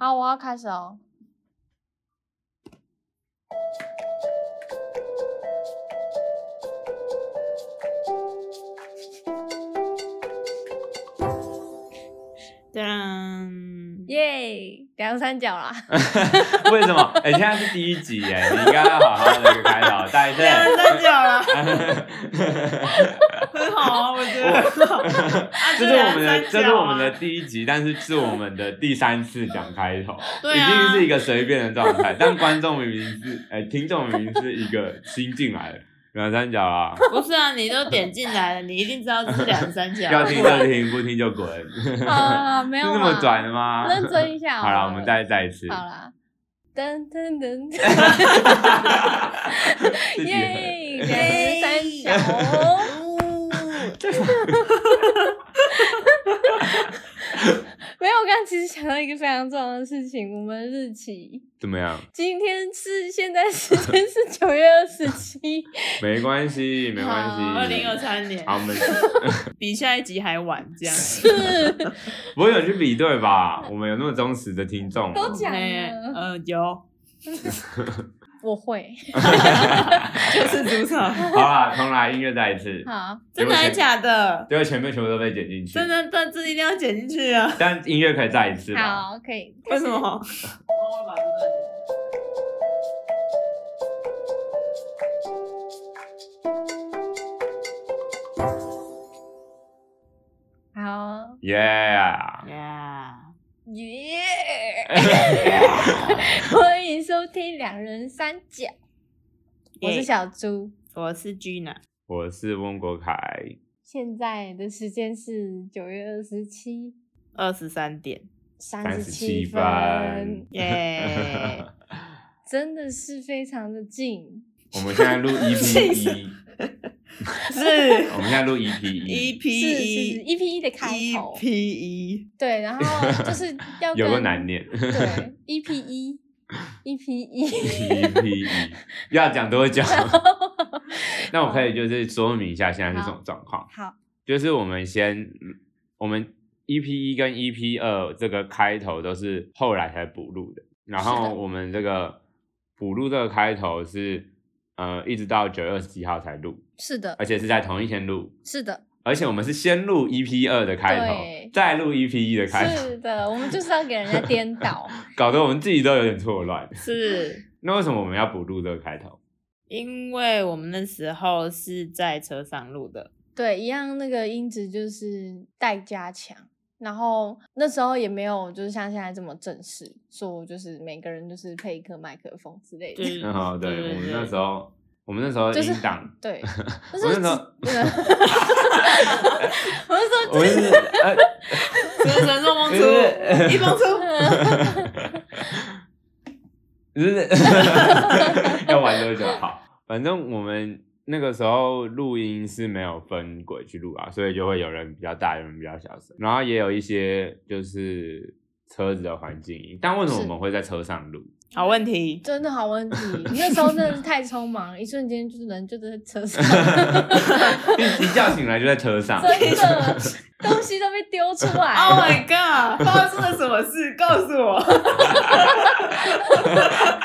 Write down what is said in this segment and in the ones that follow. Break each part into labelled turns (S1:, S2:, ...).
S1: 好，我要开始哦。
S2: 当，
S1: 耶，两三角啦，
S3: 为什么？哎、现在是第一集耶，你应该要好好的开导，大
S2: 当然
S3: 正。
S2: 三角 了，啊很好啊，我觉得很好。啊
S3: 这是我们的，这是我
S2: 就两三角
S3: 们，的
S2: 啊
S3: 第一集，但是是我们的第三次讲开头，
S2: 对
S3: 已
S2: 啊
S3: 经是一个随便的状 态，但观众明明是，哎、听众明明是一个新进来的两三角啊，
S2: 不是啊，你都点进来了，你一定知道这是两三角啊。
S3: 要听就听，不听就滚，
S1: 啊，没
S3: 是
S1: 有
S3: 那么
S1: 啦
S3: 拽的吗？
S1: 认真一
S2: 啊
S1: 下。哦
S3: 好了，我们再再一次，
S1: 好 啦，噔噔噔，
S3: 自己很
S1: 耶，两三角。哦没有，我刚刚其实想到一个非常重要的事情，我们日期
S3: 怎么样？
S1: 今天是现在时间是 九月二十七，
S3: 没关系，没关系。
S2: 二零二三年，
S3: 好，我们
S2: 比下一集还晚，这样。
S1: 是
S3: 不会有人去比对吧？我们有那么忠实的听众吗，
S1: 都讲
S2: 哎
S1: 了，
S2: 呃，有，
S1: 我会
S2: 就是主场，
S3: 好啦，重来音乐再一次。
S1: 好，
S2: 真的还假的？
S3: 结果前面全部都被剪进去，
S2: 真。的，但这一定要剪进去啊！
S3: 但音乐可以再一次吧？
S1: 好，可以。
S2: 为什 么？
S1: 好，
S3: Yeah，
S2: 呀，
S1: 耶、 欢迎收听《两人三角》，我是小猪。
S2: 我是 Gina，
S3: 我是温国凯。
S1: 现在的时间是九月二十七，
S2: 二十三点，
S1: 三十七
S3: 37
S1: 分
S3: 分，
S1: 哎
S2: 耶！
S1: 真的是非常的近。
S3: 我们现在 录 EP 一，
S2: 是嗯
S3: 我们现在录 E EP
S2: 一
S3: 一，
S2: P
S1: 是是，E 是
S2: 一
S1: ，EP 一的开
S2: 一
S1: 头，
S2: P E 一，
S1: 对，然后哦就是 要
S3: 有个
S1: 跟
S3: 难念。
S1: 对，EP 一，EP 一，
S3: EP 一 E 要讲多 久？那我可以就是说明一下现在是什么状况。
S1: 好，
S3: 就是我们先，我们 EP 一跟 EP 二这个开头都是后来才补录的，然
S1: 是
S3: 后
S1: 的
S3: 我们这个补录这个开头是呃一直到九月二十七号才录，
S1: 是的
S3: 而，且是在同一天录，
S1: 是的，
S3: 而且我们是先录 EP 二的开
S1: 对
S3: 头，再录 EP 一的开头，
S1: 是的，我们就是要给人家颠倒，
S3: 搞得我们自己都有点错乱。
S2: 是
S3: 那为什么我们要补录这个开头？
S2: 因为我们那时候是在车上录的，
S1: 对，一样那个音质就是待加强。然后那时候也没有，就是像现在这么正式，说就是每个人就是配一颗麦克风之类的，
S2: 对
S3: 然后嗯对我们那时候，我们那时候
S1: 就是
S3: 音 档，
S1: 对，就
S3: 我那
S1: 是
S3: 时候，
S1: 只对 我是说
S3: 我是呃。
S2: 车神送风出，
S3: 对
S2: 一风出，
S3: 就是 要玩多久？好，反正我们那个时候录音是没有分轨去录啊，所以就会有人比较大，有人比较小声，然后也有一些就是车子的环境音。但为什么
S1: 是
S3: 我们会在车上录？
S2: 好问题，
S1: 真的好问题，那时候真的是太匆忙，一瞬间就是人就在车 上，
S3: 一一觉醒来就在车上，
S1: 真的东西都被丢出
S2: Oh
S3: 哦
S1: 来，
S2: my god！发生了什么事？告诉我。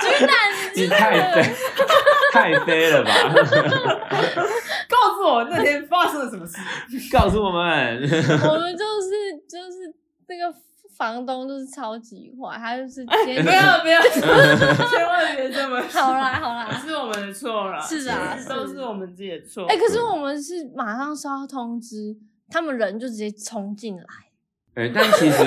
S1: 真的
S3: 你太飞， 太飞了吧？
S2: 告诉我那天发生了什 么事？
S3: 告诉我们，
S1: 我们就是就是那个房东就是超级坏，他就是
S3: 哎
S1: 直接
S2: 不 要 不要，千万别这么
S1: 好
S2: 说，
S1: 啦好啦，
S2: 是我们的错了，
S1: 是啊
S2: 其实都是我们自己的错。
S1: 哎、可是我们是马上收到通知，他们人就直接冲进来，
S3: 哎、但 其实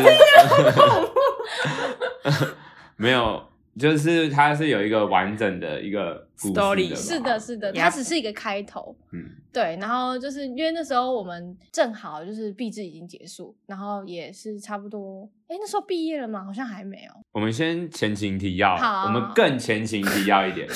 S3: 没有，就是它是有一个完整的一个故事
S2: Story
S3: 吧
S1: 是的，是的，
S2: Yeah
S1: 它只是一个开头。
S3: 嗯，
S1: 对，然后就是因为那时候我们正好就是毕制已经结束，然后也是差不多，哎，那时候毕业了吗？好像还没有。
S3: 我们先前情提要，
S1: 好
S3: 我们更前情提要一 点，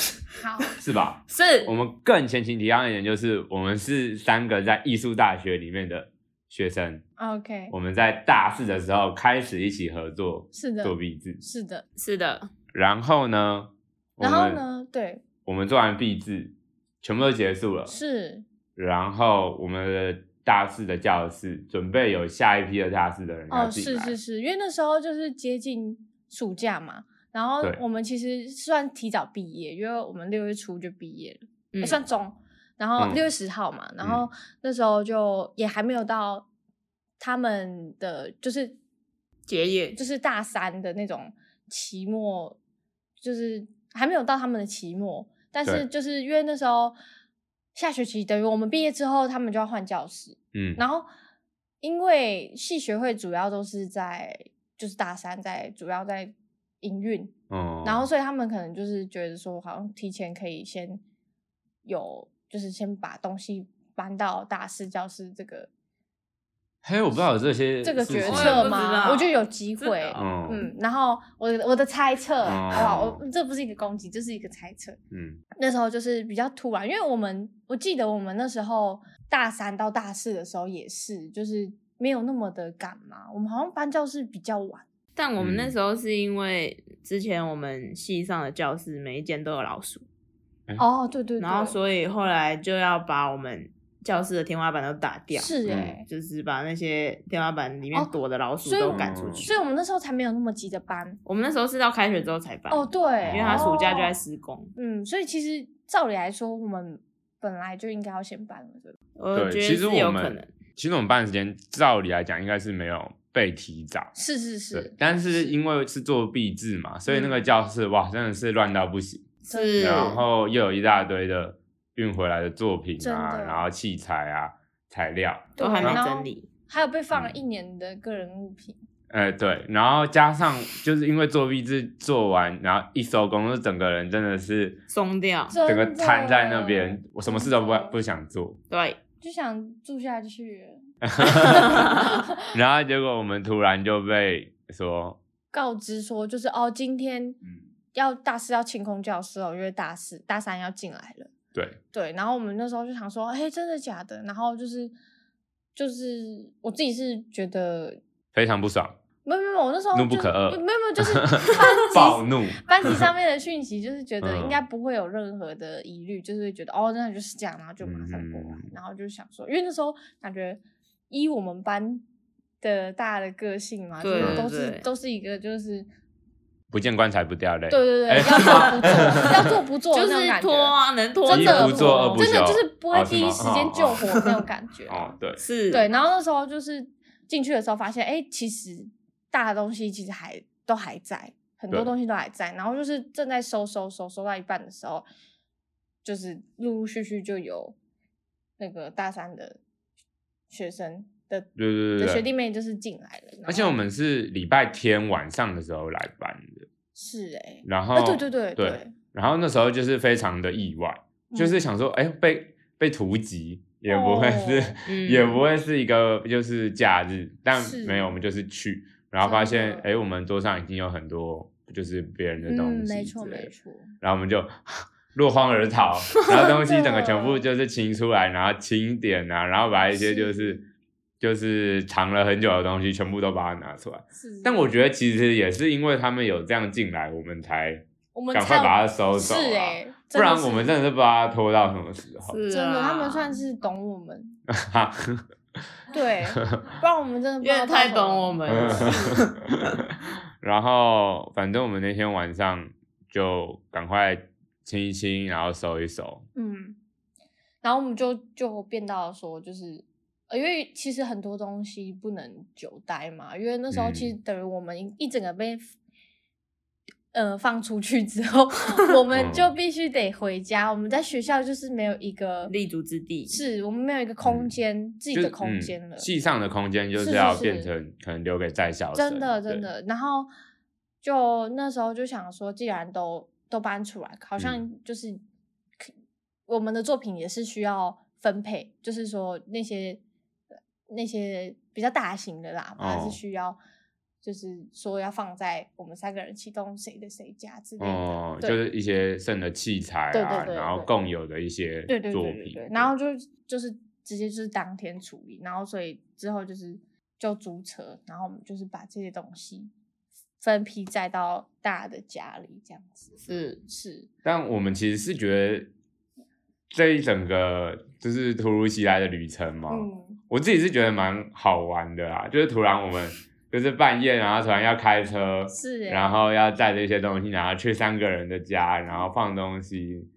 S1: 好，
S3: 是吧？
S2: 是
S3: 我们更前情提要一点，就是我们是三个在艺术大学里面的学生，
S1: OK，
S3: 我们在大四的时候开始一起合作
S1: 是的，
S3: 做壁纸，
S1: 是的。
S2: 是
S1: 哎
S2: 的，
S3: 然后呢，我
S1: 然
S3: 们
S1: 后？呢？对，
S3: 我们做完壁纸，全部都结束了，
S1: 是
S3: 然后我们的大四的教室准备有下一批的大四的人要
S1: 哦，
S3: 进
S1: 是
S3: 来，
S1: 是是，因为那时候就是接近暑假嘛，然后
S3: 对
S1: 我们其实算提早毕业，因为我们六月初就毕业了，
S2: 嗯
S1: 欸算中，然后
S3: 嗯
S1: 六月十号嘛，然后那时候就也还没有到他们的就是
S2: 结业
S1: 就是大三的那种期末，就是还没有到他们的期末，但是
S3: 对
S1: 就是因为那时候下学期等于我们毕业之后，他们就要换教室，
S3: 嗯，
S1: 然后因为系学会主要都是在就是大三在主要在营运，
S3: 哦
S1: 然后所以他们可能就是觉得说好像提前可以先有就是先把东西搬到大四教室这个
S3: 还有我不知道有这些
S1: 这个
S3: 事情
S1: 决
S2: 我也
S1: 策
S2: 不知
S1: 吗？
S2: 道
S1: 我觉得有机
S2: 真的
S1: 会。
S2: 哦
S3: 嗯
S1: 嗯，然后我我的猜测，
S3: 哦
S1: 好不好？我嗯这不是一个攻击，这是一个猜测。
S3: 嗯
S1: 那时候就是比较突然，因为我们我记得我们那时候大三到大四的时候也是，就是没有那么的赶嘛。我们好像搬教室比较晚，
S2: 但我们那
S3: 嗯
S2: 时候是因为之前我们系上的教室每一间都有老鼠，
S3: 嗯
S1: 哦，对对对，
S2: 然后所以后来就要把我们教室的天花板都打掉，
S1: 是
S3: 嗯
S1: 哎、
S2: 就是把那些天花板里
S1: 哦
S2: 面躲的老鼠
S1: 所以
S2: 都赶出
S3: 嗯
S2: 去。
S1: 所以我们那时候才没有那么急着搬。
S2: 我们那时候是到开学之后才搬，
S1: 哦，对，
S2: 因为他暑假就在
S1: 哦
S2: 施工。
S1: 嗯，所以其实照理来说，我们本来就应该要先搬了，对吧？
S2: 我觉
S3: 对，
S2: 得
S3: 其实
S2: 是
S3: 我
S2: 有可
S3: 们
S2: 能。
S3: 其实我们办的时间，照理来讲应该是没有被提早。
S1: 是是
S3: 对
S1: 是，，
S3: 但是因为是做壁制嘛，所以那个教室、哇，真的是乱到不行，
S2: 是
S3: 然后又有一大堆的运回来的作品
S1: 真
S3: 啊，
S1: 的
S3: 然后器材啊、材料，
S2: 都还没
S1: 然后
S2: 整理，
S1: 还有被放了
S3: 嗯
S1: 一年的个人物品。
S3: 呃，对，然后加上就是因为做壁制做完，然后一收工，就整个人真的是
S2: 松掉
S1: 真
S3: 整个
S1: 的
S3: 瘫在那边，我什么事都不
S1: 真的
S3: 不想做。
S2: 对，
S1: 就想住下去了，
S3: 然后结果我们突然就被说，
S1: 告知说就是哦，今天
S3: 嗯，
S1: 要大四要清空教室哦，因为大四大三要进来了。
S3: 对，
S1: 对，然后我们那时候就想说，哎，真的假的？然后就是就是我自己是觉得
S3: 非常不爽，
S1: 没有没有，我那时候
S3: 怒不
S1: 哦就
S3: 可遏
S1: 没有没有， 就是
S3: 暴
S1: 班级
S3: 怒，
S1: 班级上面的讯息，就是觉得
S3: 嗯
S1: 应该不会有任何的疑虑，就是会觉得哦，那就是这样，然后就马上过来，
S3: 嗯
S1: 然后就想说，因为那时候感觉依我们班的大家的个性嘛，就
S2: 对
S1: 是
S3: 对
S1: 都是
S2: 对
S1: 都是一个就是
S3: 不见棺材不掉泪，
S1: 对对对，
S3: 哎
S1: 要
S3: 是
S1: 做
S3: 吗
S1: 不做，要做不做
S2: 就
S1: 的那种
S2: 是
S1: 感觉，
S2: 拖啊，能拖
S1: 真的
S3: 哎一不做二不
S1: 真的
S3: 休
S1: 就是不会
S3: 哦是
S1: 第一
S3: 吗
S1: 时间
S3: 哦
S1: 救火的那种感觉。
S3: 哦，对，
S2: 是，
S1: 对，，然后那时候就是进去的时候发现，哎、其实大的东西其实还都还在，很多
S3: 对
S1: 东西都还在。然后就是正在收收收收到一半的时候，就是陆陆续续就有那个大三的学生的
S3: 对对对
S1: 的学
S3: 对
S1: 弟
S3: 对。
S1: 妹就是进来了，然
S3: 而且我
S1: 后
S3: 们是礼拜天晚上的时候来办的，
S1: 是哎、
S3: 然后、
S1: 啊对对对
S3: 对然后那时候就是非常的意外，
S1: 嗯
S3: 就是想说，哎、被被突击也不会是、
S1: 哦
S2: 嗯
S3: 也不会是一个就是假日，但
S1: 是
S3: 没有，我们就是去，然后发现，
S1: 真的
S3: 哎、我们桌上已经有很多就是别人的东
S1: 嗯，
S3: 西，
S1: 没错没，错，
S3: 然后我们就 落荒而 逃，然后东西整个全部
S1: 真
S3: 就是清出来，然后清点啊，然后把一些就是是就是藏了很久的东西全部都把它拿出来。
S1: 是。
S3: 但我觉得其实也是因为他们有这样进来，我们才
S1: 我们
S3: 赶快
S1: 才有
S3: 把它收走
S1: 是
S3: 啊
S1: 哎、
S3: 不然我
S1: 是
S3: 们真的是不知道它拖到什么时候。
S2: 是
S1: 真的，他们
S2: 啊
S1: 算是懂我们，
S3: 哈，
S1: 对，不然我们真的不知
S2: 因
S1: 道
S2: 为太
S1: 到时候
S2: 懂我们
S3: 嗯
S2: 了，
S3: 然后反正我们那天晚上就赶快清一清，然后收一收。
S1: 嗯，然后我们就就变到说，就是呃因为其实很多东西不能久待嘛，因为那时候其实
S2: 嗯
S1: 等于我们一一整个被。呃，放出去之 后，我们
S3: 嗯
S1: 就必须得回家。我们在学校就是没有一个
S2: 立足之地
S1: 是我们没有一个空
S3: 嗯
S1: 间、自己
S3: 就
S1: 的
S3: 是
S1: 空
S3: 嗯
S1: 间了。
S3: 系上的空间就是
S1: 是
S3: 要
S1: 是
S3: 变成可能留给在校生。
S1: 真的真
S3: 对，
S1: 的。然后就那时候就想说，既然都都搬出来，
S3: 嗯
S1: 好像就是、可我们的作品也是需要分配，就是说那些那些比较大型的啦，它
S3: 哦
S1: 是需要。就是说要放在我们三个人启动谁的谁家之类的，
S3: 哦，
S1: 嗯
S3: 就
S1: 对
S3: 是一些剩的器材啊，
S1: 对对对
S3: 然后
S1: 对
S3: 共有的一些
S1: 对对
S3: 作
S1: 对
S3: 品，
S1: 对对，然后就就是直接就是当天处理，然后所以之后就是就租车，然后我们就是把这些东西分批载到大的家里这样子。
S2: 是
S1: 是，
S3: 但我们其实是觉得这一整个就是突如其来的旅程嘛，
S1: 嗯，
S3: 我自己是觉得蛮好玩的啦。就是突然我们就是半夜然后突然要开车，
S1: 是欸，
S3: 然后要带着一些东西，然后去三个人的家，然后放东西，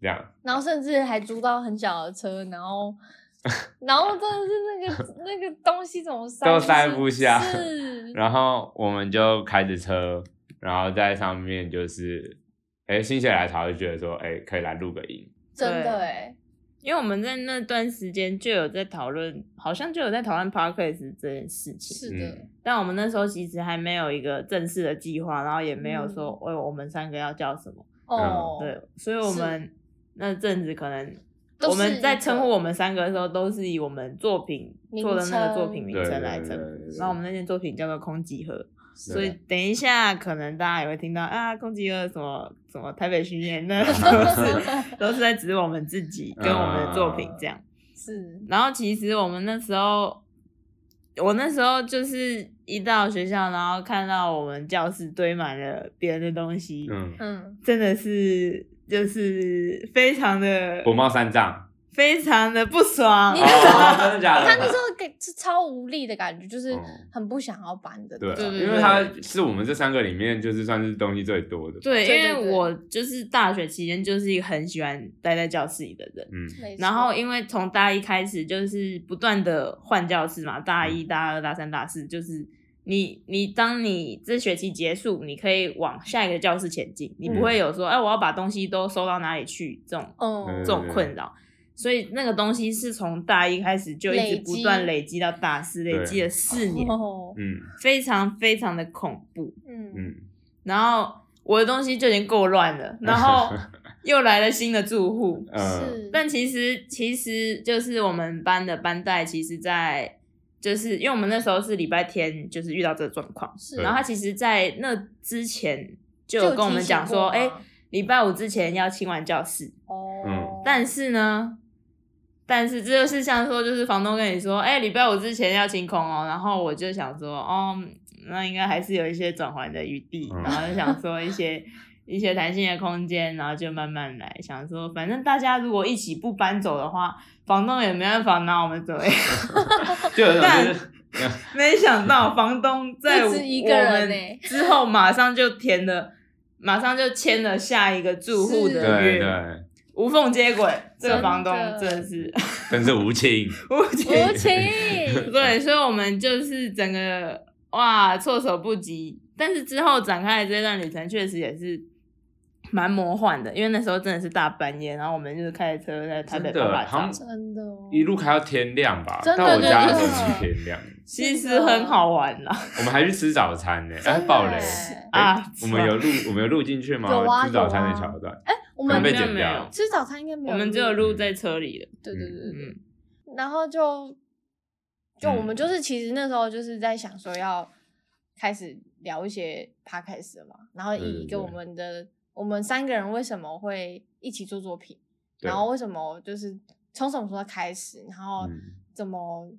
S3: 这样。
S1: 然后甚至还租到很小的车，然 后然后真的是那个那个东西怎么塞就
S3: 都塞
S1: 是
S3: 不下
S1: 是，
S3: 然后我们就开着车，然后在上面就是，哎，心血来潮就觉得说，哎，可以来录个音。
S1: 真的
S2: 对
S1: 哎，
S3: 嗯
S2: 因为我们在那段时间就有在讨论，好像就有在讨论 podcast 这件事情。
S1: 是的
S3: 嗯，
S2: 但我们那时候其实还没有一个正式的计划，然后也没有说，
S1: 嗯
S2: 哎、我们三个要叫什么。
S1: 哦，
S3: 嗯
S2: 对，所以我们那阵子可能
S1: 都
S2: 我
S1: 是
S2: 们
S1: 一
S2: 在
S1: 个
S2: 称呼我们三个的时候，都是以我们作品
S1: 名
S2: 做的那个作
S1: 称
S2: 品名
S3: 对
S2: 称
S3: 对
S2: 来
S3: 对
S2: 称
S3: 对对
S2: 呼。
S3: 对
S2: 然后我们那件作品叫做《空集合》，
S1: 是
S2: 所以等一下可能大家也会听到啊，《空集合》什么什么台北巡演，那都是都是在指我们自己跟我们的作品这样。
S1: 是
S2: 然后其实我们那时候，我那时候就是一到学校，然后看到我们教室堆满了别人的东西，
S3: 嗯，
S1: 嗯，
S2: 真的是就是非常的
S3: 火冒三丈。
S2: 非常的不爽
S1: 你。
S3: 哦
S1: 那时候，
S3: 真的假的？
S1: 他那时候给是超无力的感觉，就是
S3: 嗯
S1: 很不想要搬的，
S3: 对啊，
S2: 对对
S3: 因为
S2: 对
S3: 他是我们这三个里面就是算是东西最多的。
S2: 对，因
S1: 对
S2: 为
S1: 对对
S2: 我就是大学期间就是一个很喜欢待在教室里的人，
S3: 嗯，
S1: 没错
S2: 然后因为从大一开始就是不断的换教室嘛，大一、大二、大三、大四，就是你你当你这学期结束，你可以往下一个教室前进，你不会有说哎、我要把东西都收到哪里去这种这
S1: 嗯
S3: 嗯
S2: 种困扰。所以那个东西是从大一开始就一
S1: 累
S2: 直
S1: 积
S2: 不断累积到大四，累积了四年，
S1: 哦
S3: 嗯
S2: 非常非常的恐怖。
S1: 嗯
S3: 嗯，
S2: 然后我的东西就已经够乱了，然后又来了新的住户，
S3: 呃，
S1: 是，
S2: 但其实其实就是我们班的班带，其实在就是因为我们那时候是礼拜天，就是遇到这个状况，
S1: 是
S3: 对
S2: 然后他其实，在那之前就
S1: 就
S2: 有
S1: 有
S2: 跟我们
S1: 提醒
S2: 讲说，
S1: 过
S2: 哎、
S1: 吗
S2: 礼拜五之前要清完教室，
S1: 哦
S3: 嗯，
S2: 但是呢。但是这就是像说，就是房东跟你说，哎、礼拜五之前要清空哦。然后我就想说，哦，那应该还是有一些转换的余地。
S3: 嗯
S2: 然后就想说一 些一些弹性的空间，然后就慢慢来。想说，反正大家如果一起不搬走的话，房东也没办法拿我们怎么样。
S3: 就有一种就是
S2: 没想到房东在
S1: 不
S2: 我
S1: 止一个人
S2: 们
S1: 欸
S2: 之后，马上就填了，马上就签了下一个住户
S1: 是
S2: 的
S3: 对
S2: 约，
S3: 对，
S2: 无缝接轨。这
S1: 真
S2: 个
S1: 的
S2: 房东真的是
S3: 真是无 情。
S2: 无解
S1: 无
S3: 哎
S1: 情，
S2: 对，所以我们就是整个哇措手不及，但是之后展开的这段旅程确实也是蛮魔幻的，因为那时候真的是大半夜，然后我们就是开着车在台北
S3: 真的
S2: 爸爸
S3: 好像
S2: 站，
S1: 真的哦
S3: 一路开到天亮吧，
S1: 真的
S3: 到我家的时
S1: 真的
S3: 候是天亮，
S2: 其实很好玩啦。
S3: 我们还去吃早餐呢，
S1: 真
S3: 哎，
S1: 的
S3: 爆雷
S1: 哎
S3: 哎
S2: 啊
S3: 我 们有录，我们有录进去吗？
S1: 有啊
S3: 吃早餐的
S1: 有啊
S3: 桥段，
S1: 我
S3: 我
S1: 们
S3: 被
S2: 应该
S3: 剪
S2: 没
S3: 掉
S2: 有
S3: 了。
S1: 吃早餐应该没
S2: 我
S1: 有，
S2: 们只有录在车里了，
S1: 对对对对，
S2: 嗯，
S1: 然后就就我们
S3: 嗯
S1: 就是其实那时候就是在想说要开始聊一些 podcast 了嘛，然后
S3: 对对
S1: 以一个我
S3: 对
S1: 们的我们三个人为什么会一起做作品，
S3: 对
S1: 然后为什么就是从什么时候开始，然后
S3: 嗯
S1: 怎么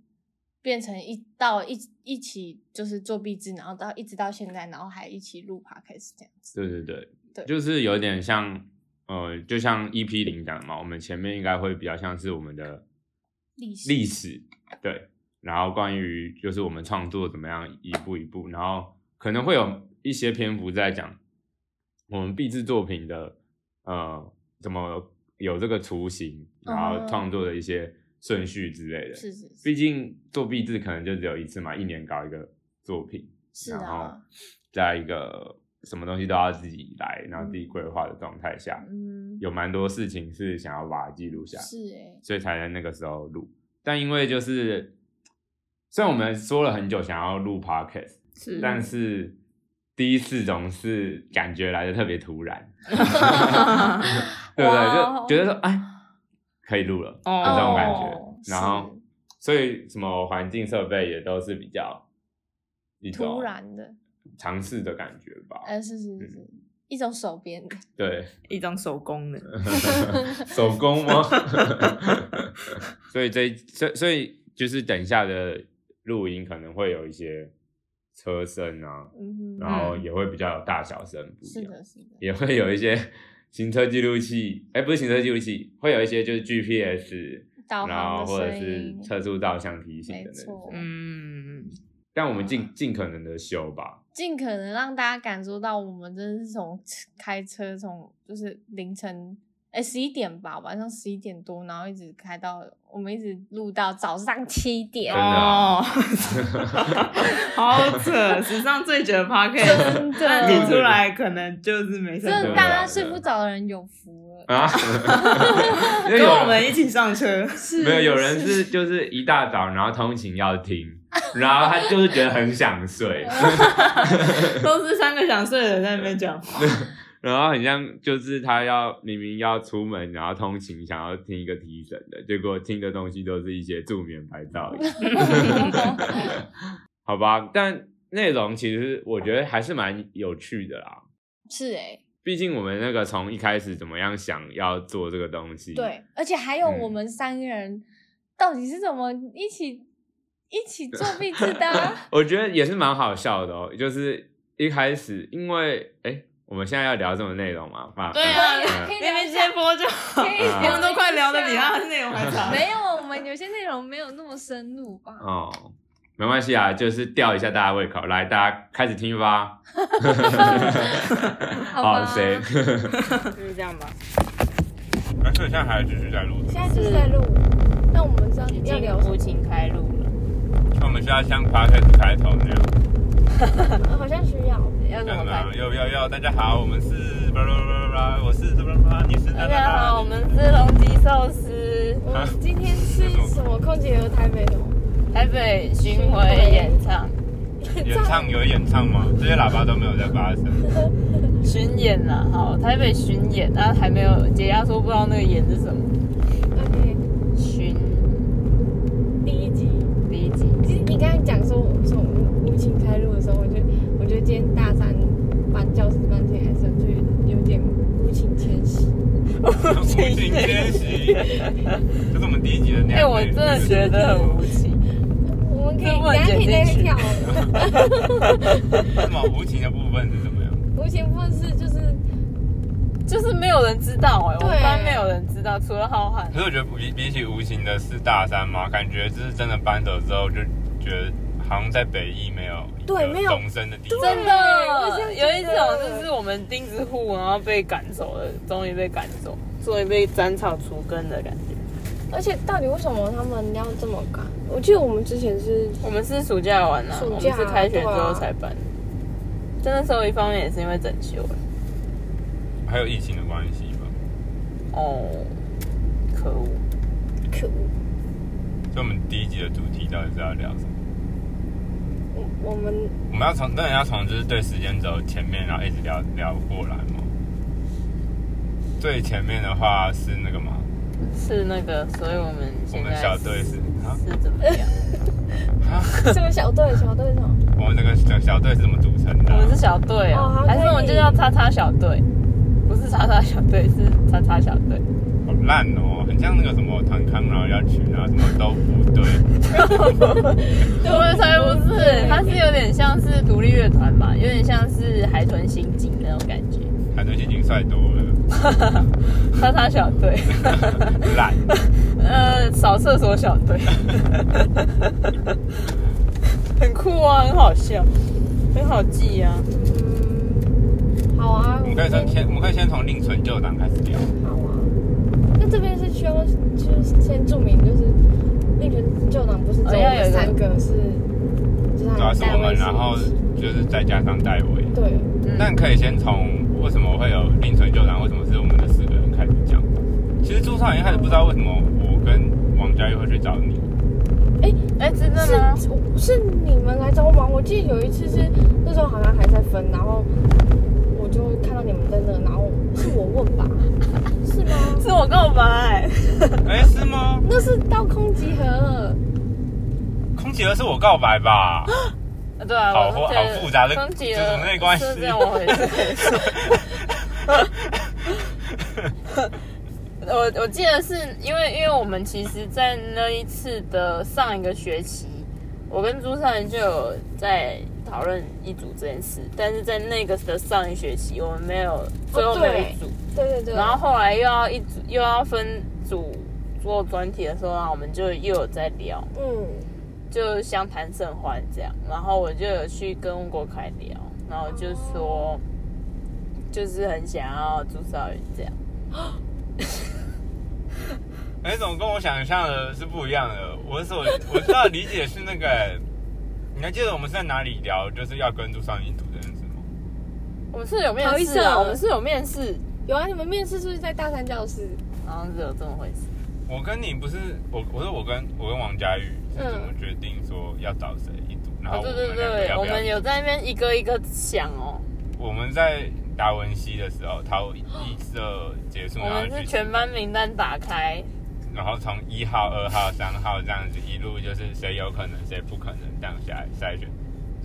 S1: 变成一到一一起就是做壁纸，然后到一直到现在，然后还一起录 podcast 这样子。
S3: 对对对，
S1: 对
S3: 就是有点像，呃，就像 EP 零讲的嘛，我们前面应该会比较像是我们的
S1: 历史
S3: 历史，对，然后关于就是我们创作怎么样一步一步，然后可能会有一些篇幅在讲我们毕制作品的呃怎么有这个雏形，然后
S1: 哦
S3: 创作的一些顺序之类的。
S1: 是是是
S3: 毕竟做壁纸可能就只有一次嘛，一年搞一个作品，
S1: 是
S3: 然后
S1: 啊，
S3: 在一个什么东西都要自己来，然后自己规划的状态下，
S1: 嗯，
S3: 有蛮多事情是想要把它记录下来，
S1: 是哎、
S3: 所以才在那个时候录。但因为就是，虽然我们说了很久想要录 podcast，、
S1: 嗯
S2: 是
S3: 但是第一次总是感觉来的特别突然， 对不
S1: 哇
S3: 对？就觉得说，哎，可以录了，
S2: 哦
S3: 有这种感觉。
S1: 哦
S3: 然后，所以什么环境设备也都是比较一
S1: 是突
S3: 种
S1: 然的，
S3: 尝试的感觉吧。
S1: 呃，是
S3: 嗯
S1: 是是，是一种手边的，
S3: 对，
S2: 一张手工的，
S3: 呃手工 吗？所以这一所所以就是等一下的录音可能会有一些车声啊，
S1: 嗯哼，
S3: 然后也会比较有大小声不
S1: 是
S3: 一样，
S1: 的，是的，
S3: 也会有一些行车记录器，哎、不是行车记录器，会有一些就是 GPS，
S1: 导
S3: 然后
S1: 航的
S3: 或者
S1: 声
S3: 是
S1: 音，
S3: 测速照相提醒
S1: 没
S3: 的那种。
S1: 错，
S2: 嗯，
S3: 但我们尽尽可能的修吧。
S1: 尽可能让大家感受到我们真的是从开车从就是凌晨哎十一点吧，晚上十一点多，然后一直开到我们一直录到早上七点
S3: 真，的 啊
S2: 哦，好扯！史上最绝的 podcast，
S1: 真的
S2: 那剪出来可能就是没什
S1: 这
S3: 真的
S2: 么。
S1: 大家睡不着的人有福了。
S3: 啊，因
S2: 跟
S3: 为有啊
S2: 我们一起上车，
S1: 是
S3: 没有有人是就是一大早然后通勤要听，然后他就是觉得很 想睡，
S2: 都是三个想睡的人在那边讲话。
S3: 然后很像就是他要明明要出门，然后通勤想要听一个提神的，结果听的东西都是一些助眠白噪音。好吧，但内容其实我觉得还是蛮有趣的啦。
S1: 是哎、
S3: 毕竟我们那个从一开始怎么样想要做这个东西，，
S1: 对，而且还有
S3: 嗯
S1: 我们三个人到底是怎么一起一起 作弊制的 啊、
S3: 我觉得也是蛮好笑的哦。就是一开始，因为哎、我们现在要聊这种内容嘛，啊，
S2: 对啊
S3: 嗯
S1: 可以
S2: 那
S1: 聊一
S2: 边
S1: 下
S2: 接播就好，
S1: 可以
S2: 我们都快聊的比他
S1: 他
S2: 的内容还长。
S1: 没有，啊我们有些内容没有那么深入吧。
S3: 哦，没关系啊，就是吊一下大家胃口，来，大家开始听 吧。
S1: 好吧
S3: 谁？
S2: 就是这样吧。
S3: 而且现在还继续在录
S1: 现在就是在录，那我们上要聊什么？
S2: 情开路了，
S3: 那我们需要像 p 开始开头那样，
S1: 好像需要。
S2: 要怎么办？
S3: 要要要，大家好，我们是巴拉巴拉巴拉，我是巴拉巴拉，你是
S2: 大家好，我们是龙脊寿司
S1: 我们今天吃什么？空姐游台北的吗
S2: 台北巡回演唱
S4: 演唱有演唱吗？这些喇叭都没有在发声。
S2: 巡演啊，好，台北巡演，然后还没有解压说不知道那个演是什么
S1: ？OK，
S2: 巡
S1: 呃第一集。
S2: 第一集，
S1: 其实你刚才讲说我从无情开路的时候，我觉得我觉得今天大三班教师班进来的时候就有点无情迁徙。
S4: 无情迁徙，这是我们第一集的内容。
S2: 哎、我真的觉得很无情，
S1: 我们可以
S2: 这不
S1: 等
S2: 能
S1: 一下可以再
S2: 剪进去
S1: 跳。
S4: 那么无情的部分是怎么样？
S1: 无情不是就是
S2: 就是没有人知道哎、我
S1: 对
S2: 们班没有人知道，除了浩瀚
S4: 可，是我觉得比比起无情的是大三嘛，感觉就是真的搬走之后就觉得好像在北艺没有一个
S1: 对没有
S4: 容身的地方。
S2: 真
S1: 我
S2: 的
S1: 也是这
S2: 有
S1: 样
S2: 一
S1: 觉
S2: 种
S1: 得
S2: 就是我们钉子户，然后被赶走了，终于被赶走，终于被斩草除根的感觉。
S5: 而且到底为什么他们要这么赶？我记得我们之前是
S2: 我们是暑假玩啊，
S5: 暑
S2: 我们
S5: 假
S2: 是开学
S5: 对
S2: 之后
S5: 啊
S2: 才搬。
S1: 啊
S2: 但那时候一方面也是因为整修了
S4: 还有疫情的关系吧，
S2: 哦，可恶，
S5: 可恶，
S4: 所以我们第一集的主题到底是要聊什么？
S5: 我我们
S4: 我们要从，当然要从就是对时间轴前面，啊然后一直聊聊过来嘛。最前面的话是那个嘛，
S2: 是那个，所以我们
S4: 我
S2: 现
S4: 们
S2: 在
S4: 校队是啊，
S2: 是怎么样？
S5: 这个小队小队长，
S4: 我哦们那个小小队是怎么组成的
S2: 我
S4: 啊、
S2: 们是小队
S5: 哦
S2: 啊，
S5: 好
S2: 还是我们
S5: 可
S2: 就
S5: 以
S2: 叫叉叉小队？不是叉叉小队，是叉叉小队。
S4: 好烂哦，很像那个什么团康，然后要去，然后什么都不对，
S2: 我才不是，它是有点像是独立乐团吧，有点像是海豚刑警那种感觉。
S4: 海豚已经帅多了，
S2: 叉叉小队，
S4: 烂。
S2: 呃，扫厕所小队，很酷啊，很好笑，很好记啊。
S5: 嗯，好啊，
S4: 我们可以
S5: 这
S4: 先先，我们可以先从另存旧档开始聊。
S5: 好啊。那这边是需要就是先注明，就是令全旧党不是只有我
S2: 哦要有
S5: 们
S2: 一个
S5: 三个，是就是
S4: 主要
S5: 还
S4: 啊是
S5: 戴
S4: 我们，
S5: 维斯
S4: 然后就是再加上戴维。
S5: 对，
S2: 嗯
S4: 但可以先从为什么会有另存旧档，为什么是我们的四个人开始讲吧。其实朱少爷开始不知道为什么我跟王佳玉会去 找你，
S2: 哎、真的吗？
S5: 是我是你们来找我吗？我记得有一次是那时候好像还在分，然后我就看到你们在那，然后是我问 吧，是吗？
S2: 是我告白、
S4: 哎、是吗？
S5: 那是刀空集合。
S4: 空姐儿是我告白吧？
S2: 啊对啊，
S4: 好
S2: 我
S4: 复
S2: 觉得
S4: 好复杂的
S2: 空姐
S4: 这种内关系
S2: 是 这样我回事。我我记得是因为因为我们其实，在那一次的上一个学期，我跟朱善人就有在讨论一组这件事，但是在那个的上一学期，我们没有最后没有一组，
S5: 哦对对对，
S2: 然后后来又要一组又要分组做专题的时候，然后我们就又有在聊，
S5: 嗯，
S2: 就相谈甚欢这样，然后我就有去跟郭凯聊，然后就说，就是很想要朱少云这样，
S4: 那种哎跟我想象的是不一样的。我所我知道理解是那个，你还记得我们是在哪里聊，就是要跟朱少云读这件事吗？
S2: 我们是有面
S1: 好意
S2: 试
S1: 思
S2: 啊，
S1: 啊
S2: 我们是有面试，哦
S1: 有啊，你们面试是不是在大三教 室？
S2: 好像是有这么回事。
S4: 我跟你不是我，我说我跟我跟王佳玉是怎么决定说要找谁一组，然
S2: 嗯哦
S4: 后，我
S2: 对
S4: 们
S2: 对
S4: 两个
S2: 对，
S4: 要
S2: 我
S4: 不要
S2: 们有在那边一个一个想哦，
S4: 我们在达文西的时候，陶艺社结束，
S2: 我
S4: 然后
S2: 们
S4: 去
S2: 是全班名单打开，
S4: 然后从一号、二号、三号这样子一路就是谁有可能谁不可能这样下来筛选。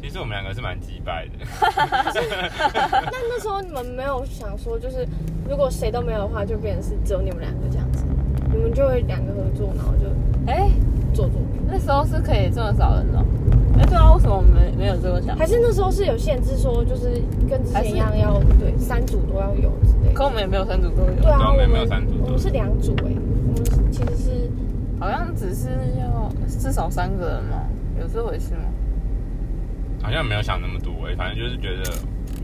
S4: 其实我们两个是蛮击败的，
S1: 那那时候你们没有想说，就是如果谁都没有的话，就变成是只有你们两个这样子，你们就会两个合作，然后就
S2: 哎，
S1: 做作品。
S2: 那时候是可以这么少人哦，哎，对啊，为什么我们没有这个想法？
S1: 还是那时候是有限制，说就是跟之前一样要对三组都要有之类
S2: 可我
S1: 的。
S2: 们也没有三组都有，
S1: 对啊，
S4: 我
S1: 我
S4: 们也
S1: 们
S4: 没有三组
S1: 我们是两组哎、我们其实是
S2: 好像只是要至少三个人嘛，有这回事吗？
S4: 好像没有想那么多、欸，反正就是觉得，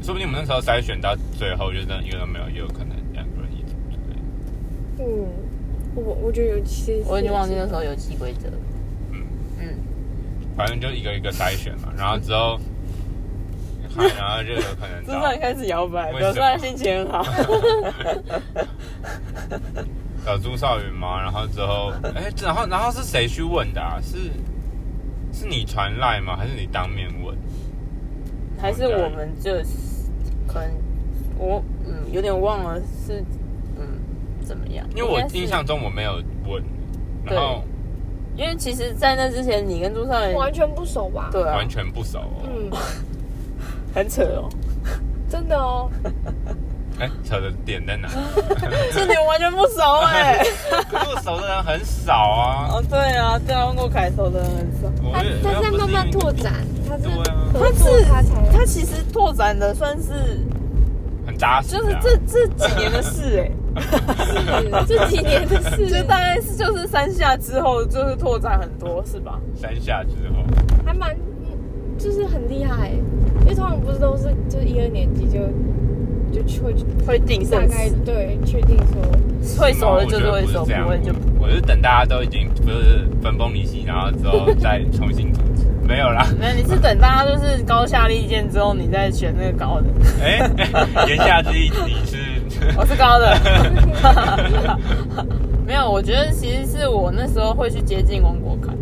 S4: 说不定我们那时候筛选到最后就是真的一个都没有，也有可能两个人一组之类的。
S1: 嗯，我我觉得有其实
S2: 我已经忘记那时候游戏规则了。
S4: 嗯
S2: 嗯，
S4: 反正就一个一个筛选嘛，然后之后，好然后就有可能
S2: 智
S4: 到
S2: 障开始摇摆，
S4: 为
S2: 表示
S4: 什么
S2: 他心情很 好。
S4: 找朱少云吗？然后之后，哎、然后然后是谁去问的啊？是是你传赖吗？还是你当面问？
S2: 还是我们就是可能我嗯有点忘了是嗯怎么样？
S4: 因为我
S2: 应该是
S4: 印象，中我没有问，
S2: 对
S4: 然后
S2: 因为其实，在那之前，你跟朱少
S1: 完
S2: 元
S1: 全不熟吧？，
S2: 对啊
S4: 完，全不熟、哦。
S1: 嗯，
S2: 很扯 哦，
S1: 真的哦，
S2: 嗯
S4: 哎、扯的点 在哪？
S2: 是你们完全不熟哎。
S4: 可是我熟的人很少啊。
S2: 哦，对啊，对啊，问过凯头的人很少。
S4: 我
S1: 他
S4: 也
S1: 他是在
S4: 不
S1: 慢慢
S4: 因为
S1: 拓展，他是
S4: 对啊
S1: 合作他才
S2: 他其实拓展的算是
S4: 很扎实、啊。
S2: 就是这这几年的事 哎。
S1: 是 这几年的事，
S2: 就大概是就是三下之后就是拓展很多是吧？
S4: 三下之后，
S1: 还蛮嗯就是很厉害、因为通常不是都是就是一二年级就就会
S2: 会定
S1: 大
S2: 胜
S1: 概
S2: 死，
S1: 对确定说。
S2: 会熟了就是
S4: 我
S2: 会
S4: 觉得
S2: 熟，
S4: 不是这样
S2: 会就
S4: 我是等大家都已经就是分崩离析，然后之后再重新组织。没有啦，
S2: 没有。你是等大家就是高下立见之后，你再选那个高的。
S4: 哎、 言下之意你是
S2: 我是高的， 没有。我觉得其实是我那时候会去接近翁国凯，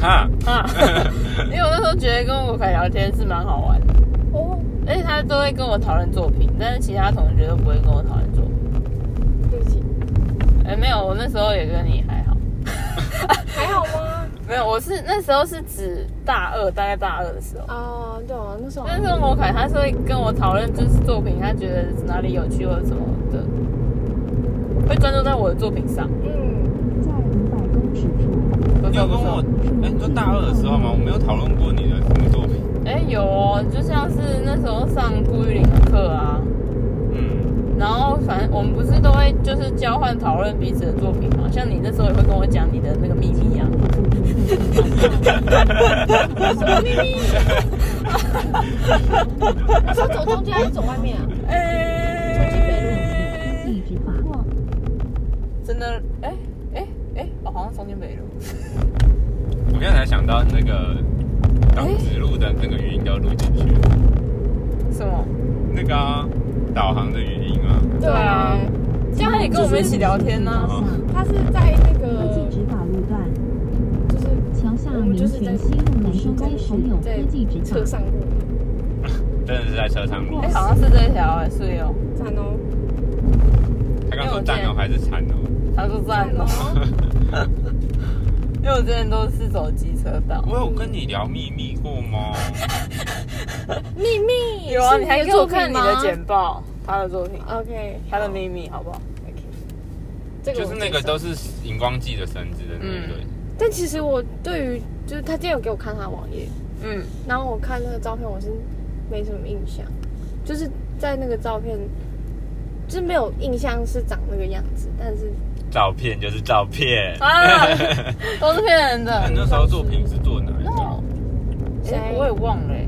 S4: 哈，
S2: 啊， 因为我那时候觉得跟翁国凯聊天是蛮好玩的，
S1: 哦，
S2: 而且他都会跟我讨论作品，但是其他同学都不会跟我讨论作品。
S1: 对不起，
S2: 哎、没有，我那时候也跟你还好。
S1: 还好吗？
S2: 没有，我是那时候是指大二，大概大二的时候。
S1: 哦，对哦，那时候
S2: 但是我凯他是会跟我讨论就是作品，他觉得哪里有趣或者什么的，会专注在我的作品上。
S1: 嗯，
S6: 在五百公尺处，
S2: 不
S4: 你
S2: 错
S4: 有
S2: 不
S4: 跟我
S2: 错。
S4: 哎、你说大二的时候
S2: 嗯
S4: 吗？我没有讨论过你的什么作品。
S2: 哎、有哦，就像是那时候上顾玉林的课啊，
S4: 嗯，
S2: 然后反正我们不是都会就是交换讨论彼此的作品嘛。像你那时候也会跟我讲你的那个秘密啊，
S1: 你说走中间还是走外面啊？
S2: 哎、
S6: 一直划过。
S2: 真的哎哎哎，哦，好像中间没了。
S4: 我刚才想到那个导直录的那个语音都录进去，
S2: 什么？
S4: 那个啊、导航的语音啊，
S1: 对
S2: 啊这样也跟我们一起聊天呢、
S1: 他是在那
S6: 科技
S1: 个
S6: 执法路段，
S1: 就是
S6: 桥下民权西路南收街时有科技执
S1: 车
S6: 法。
S1: 上路，
S4: 真的是在车上录
S2: 哎、。好像是这条哎、是哦，
S1: 赞哦，
S2: 哎
S4: 他刚说站哦还是惨哦？
S2: 他说赞哦，
S1: 哦，
S2: 因为我之前都是走机车道。
S4: 我有跟你聊秘密过吗？
S1: 秘密
S2: 有啊，你还给我看你的
S1: 简
S2: 简报，他的作品，
S1: ，OK，
S2: 他的秘密，好不好？
S1: ，OK，这个
S4: 就
S1: 我嗯
S4: 是那个
S1: 接受
S4: 都是荧光剂的绳子的那个，
S1: 但其实我对于就是他今天有给我看他的网页，
S2: 嗯，
S1: 然后我看那个照片，我是没什么印象，就是在那个照片，就是没有印象是长那个样子，但是
S4: 照片就是照片。
S2: 啊，都是骗人的。
S4: 那时候作品是做哪一个？
S1: 谁
S2: 哎我也忘了欸、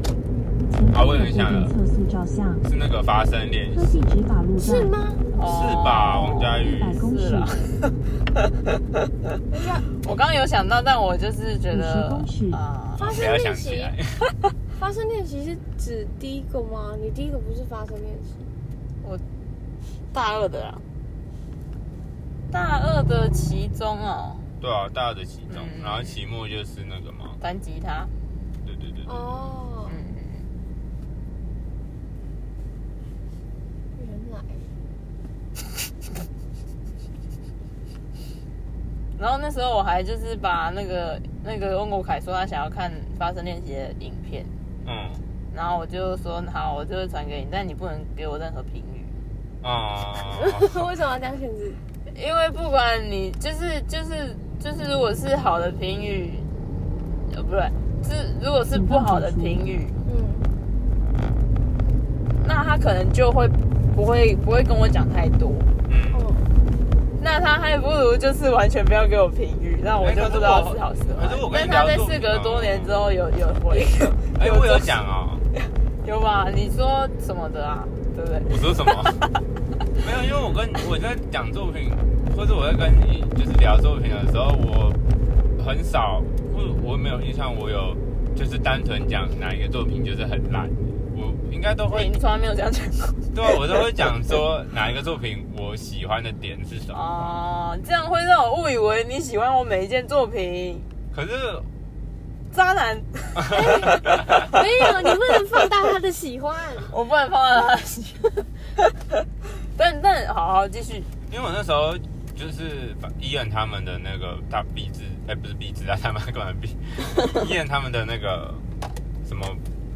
S4: 啊我有印象了
S6: 测速照相，
S4: 是那个发声练习
S6: 科技执法路段
S1: 是？吗？
S4: 是吧？
S2: 哦
S4: 王佳
S6: 一
S4: 玉
S6: 百公
S2: 是
S6: 尺
S2: 啦，我刚刚有想到，但我就是觉得
S6: 五十公尺
S2: 啊、
S1: 发
S4: 不
S1: 声
S4: 要
S1: 练
S4: 想起
S1: 习
S4: 来，
S1: 发声练习是指第一个吗？你第一个不是发声练习？
S2: 大二的啊啦，大二的其中哦，
S4: 对啊，大二的期中，
S2: 嗯
S4: 然后期末就是那个嘛，
S2: 弹吉他，
S4: 对对对对，
S1: 哦，
S2: 嗯，
S1: 原来
S2: 然后那时候我还就是把那个那个翁国凯说他想要看发声练习的影片，
S4: 嗯
S2: 然后我就说好，我就会传给你，但你不能给我任何评语，
S4: 啊，
S1: 为什么要这样限制？
S2: 因为不管你就是就是就是，如果是好的评语，呃，不对，是如果是不好的评语，
S1: 嗯，
S2: 那他可能就会不会不会跟我讲太多。
S4: 嗯，
S1: 哦，
S2: 那他还不如就是完全不要给我评语，那我就不知道是好是坏。
S4: 哎可是我可
S2: 但
S4: 是我跟你
S2: 他在
S4: 聊过
S2: 事隔多年之后有有回，
S4: 哎，
S2: 有
S4: 我有
S2: 做
S4: 讲哦，
S2: 有吧？你说什么的啊？对不对？
S4: 我说什么？ 没有，因为我跟我在讲作品，或者我在跟你就是聊作品的时候，我很少，我我没有印象，我有就是单纯讲哪一个作品就是很烂，我应该都
S2: 哎
S4: 会
S2: 你从来没有这样讲 过
S4: 对啊，我都会讲 说哪一个作品我喜欢的点是什么。
S2: 哦，这样会让我误以为你喜欢我每一件作品。
S4: 可是
S2: 渣男，
S1: 没有，哎你不能放大他的喜欢。
S2: 我不能放在他心。但但好好继续，
S4: 因为我那时候就是伊恩他们的那个他毕制，哎、不是毕制啊，他们干嘛毕？ 伊恩他们的那个什么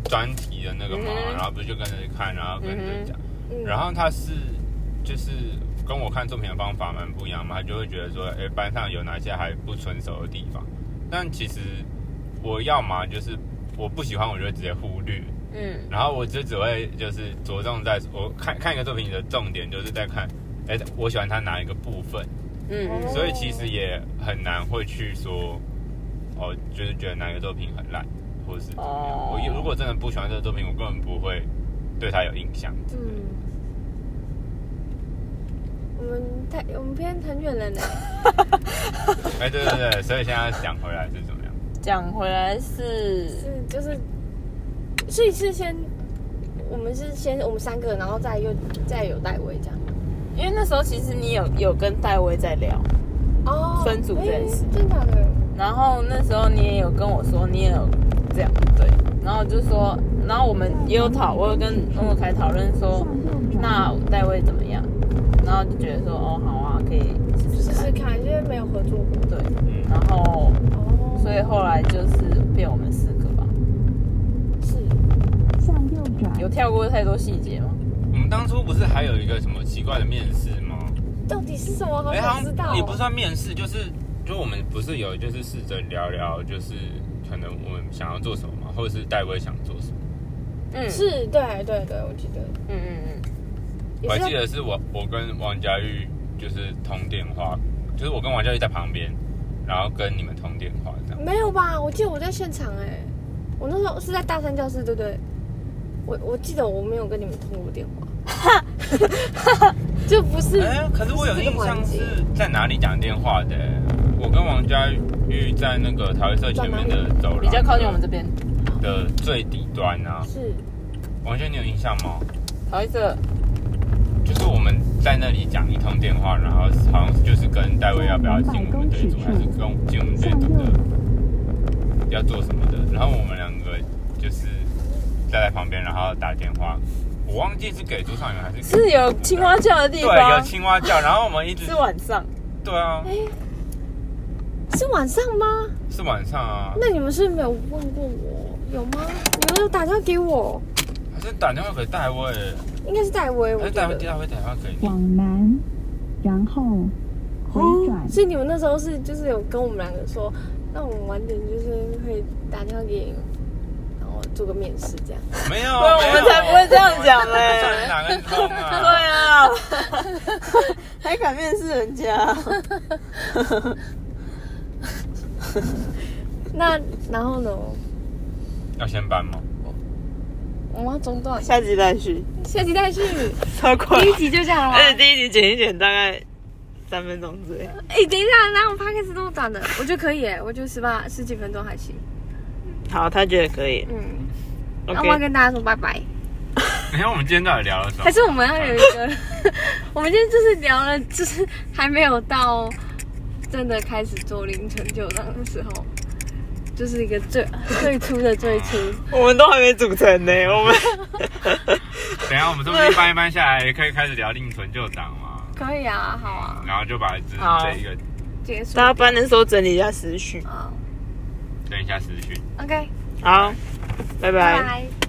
S4: 专题的那个嘛，
S2: 嗯哼
S4: 然后不是就跟着看，然后跟着讲，
S1: 嗯
S4: 然后他是就是跟我看作品的方法蛮不一样嘛，他就会觉得说，哎、班上有哪些还不纯熟的地方，但其实我要嘛就是我不喜欢，我就会直接忽略。
S2: 嗯，
S4: 然后我就只会就是着重在我看看一个作品的重点，就是在看，哎，我喜欢它哪一个部分，
S2: 嗯嗯
S4: 所以其实也很难会去说，哦，就是觉得哪个作品很烂，或是怎么样。
S2: 哦
S4: 我如果真的不喜欢这个作品，我根本不会对它有印象。
S1: 嗯，我们太我们偏很远了呢。
S4: 哎，对对对，所以现在讲回来是怎么样？
S2: 讲回来是
S1: 是就是，所以是先，我们是先我们三个，然后再又再有戴维这样。
S2: 因为那时候其实你有有跟戴薇在聊，
S1: 哦
S2: 分组这件事
S1: 诶真假的？
S2: 然后那时候你也有跟我说，你也有这样对，然后我就说，然后我们也有讨，我有跟翁若凯讨论说，那戴薇怎么样？然后就觉得说，哦，好啊，可以试试
S1: 试
S2: 看
S1: 试，看，因为没有合作过。
S2: 对。
S4: 嗯，
S2: 然后，
S1: 哦
S2: 所以后来就是变我们四个吧。
S1: 是
S6: 向右转
S2: 有，跳过太多细节吗？
S4: 我们嗯当初不是还有一个什么奇怪的面试吗？
S1: 到底是什么？好
S4: 哎，
S1: 想
S4: 好
S1: 知道哦。
S4: 像也不算面试，就是就我们不是有就是试着聊聊，就是可能我们想要做什么嘛，或者是戴薇想做什么。
S2: 嗯，
S1: 是，对对对，我记得
S2: 嗯嗯
S1: 也
S4: 我还
S1: 是
S4: 记
S1: 在
S4: 得是我我跟王佳玉就是通电话，就是我跟王佳玉在旁边，然后跟你们通电话这样。
S1: 没有吧？我记得我在现场哎、我那时候是在大三教室，对不对？我我记得我没有跟你们通过电话， 就不是。
S4: 哎、可是我有印象
S1: 不是
S4: 是
S1: 这个环节
S4: 在哪里讲电话的、欸我跟王佳玉在那个台会社前面的走
S2: 嗯，
S4: 廊，
S2: 比较靠近我们这边。
S4: 的最底端啊。
S1: 是
S4: 王轩，你有印象吗？
S2: 好意思，
S4: 就是我们在那里讲一通电话，然后好像就是跟戴维要不要进我们这一组，还是跟进我们这一组的要做什么的。然后我们两个就是站在旁边，然后打电话，我忘记是给朱尚元还是给
S2: 是有青蛙叫的地
S4: 对，有
S2: 方，
S4: 青蛙叫，然后我们一直
S2: 是晚上。
S4: 对啊，
S1: 哎是晚上吗？
S4: 是晚上啊，
S1: 那你们是没有问过我有吗？你们有打电话给我？
S4: 还是打电话给戴维，
S1: 应该是戴维，
S4: 还
S1: 我
S4: 是戴
S1: 觉
S4: 维
S1: 得。
S4: 戴维哎打电话给你？
S6: 往南，然后回转，
S1: 所以你们那时候是就是有跟我们两个说，那我们晚点就是会打电话给你，然后做个面试这样。
S4: 没有，
S2: 对，我们才不会这样讲嘞、
S4: 算你 哪根葱啊？
S2: 对 啊，还敢面试人家？
S1: 那然后呢？
S4: 要先搬吗？
S1: 我们要中断，
S2: 下集再续，
S1: 下集再续。
S2: 超快。
S1: 第一集就这样了。
S2: 而且第一集剪一剪大概三分钟之类。
S1: 哎、等一下，那我 podcast 这么短的，我觉得可以哎，我觉得十八十几分钟还行。
S2: 好，他觉得可以。
S1: 嗯，那我要
S2: OK，
S1: 跟大家说拜拜。
S4: 你看我们今天到底聊了什么？
S1: 还是我们要有一个， 我们今天就是聊了，就是还没有到真的开始做零成就档的时候，就是一个最最初的最初。
S2: 我们都还没组成呢，我们
S4: 等一下我们这么一搬一搬下来，也可以开始聊另存旧档嘛，
S1: 可以啊，好啊，
S4: 然后就把这
S2: 好
S4: 这一个
S1: 结束。
S2: 大家搬的时候整理一下思绪。
S1: 好
S4: 等一下私讯。
S1: ，OK，
S2: 好，拜
S1: 拜
S2: 拜。
S1: 拜。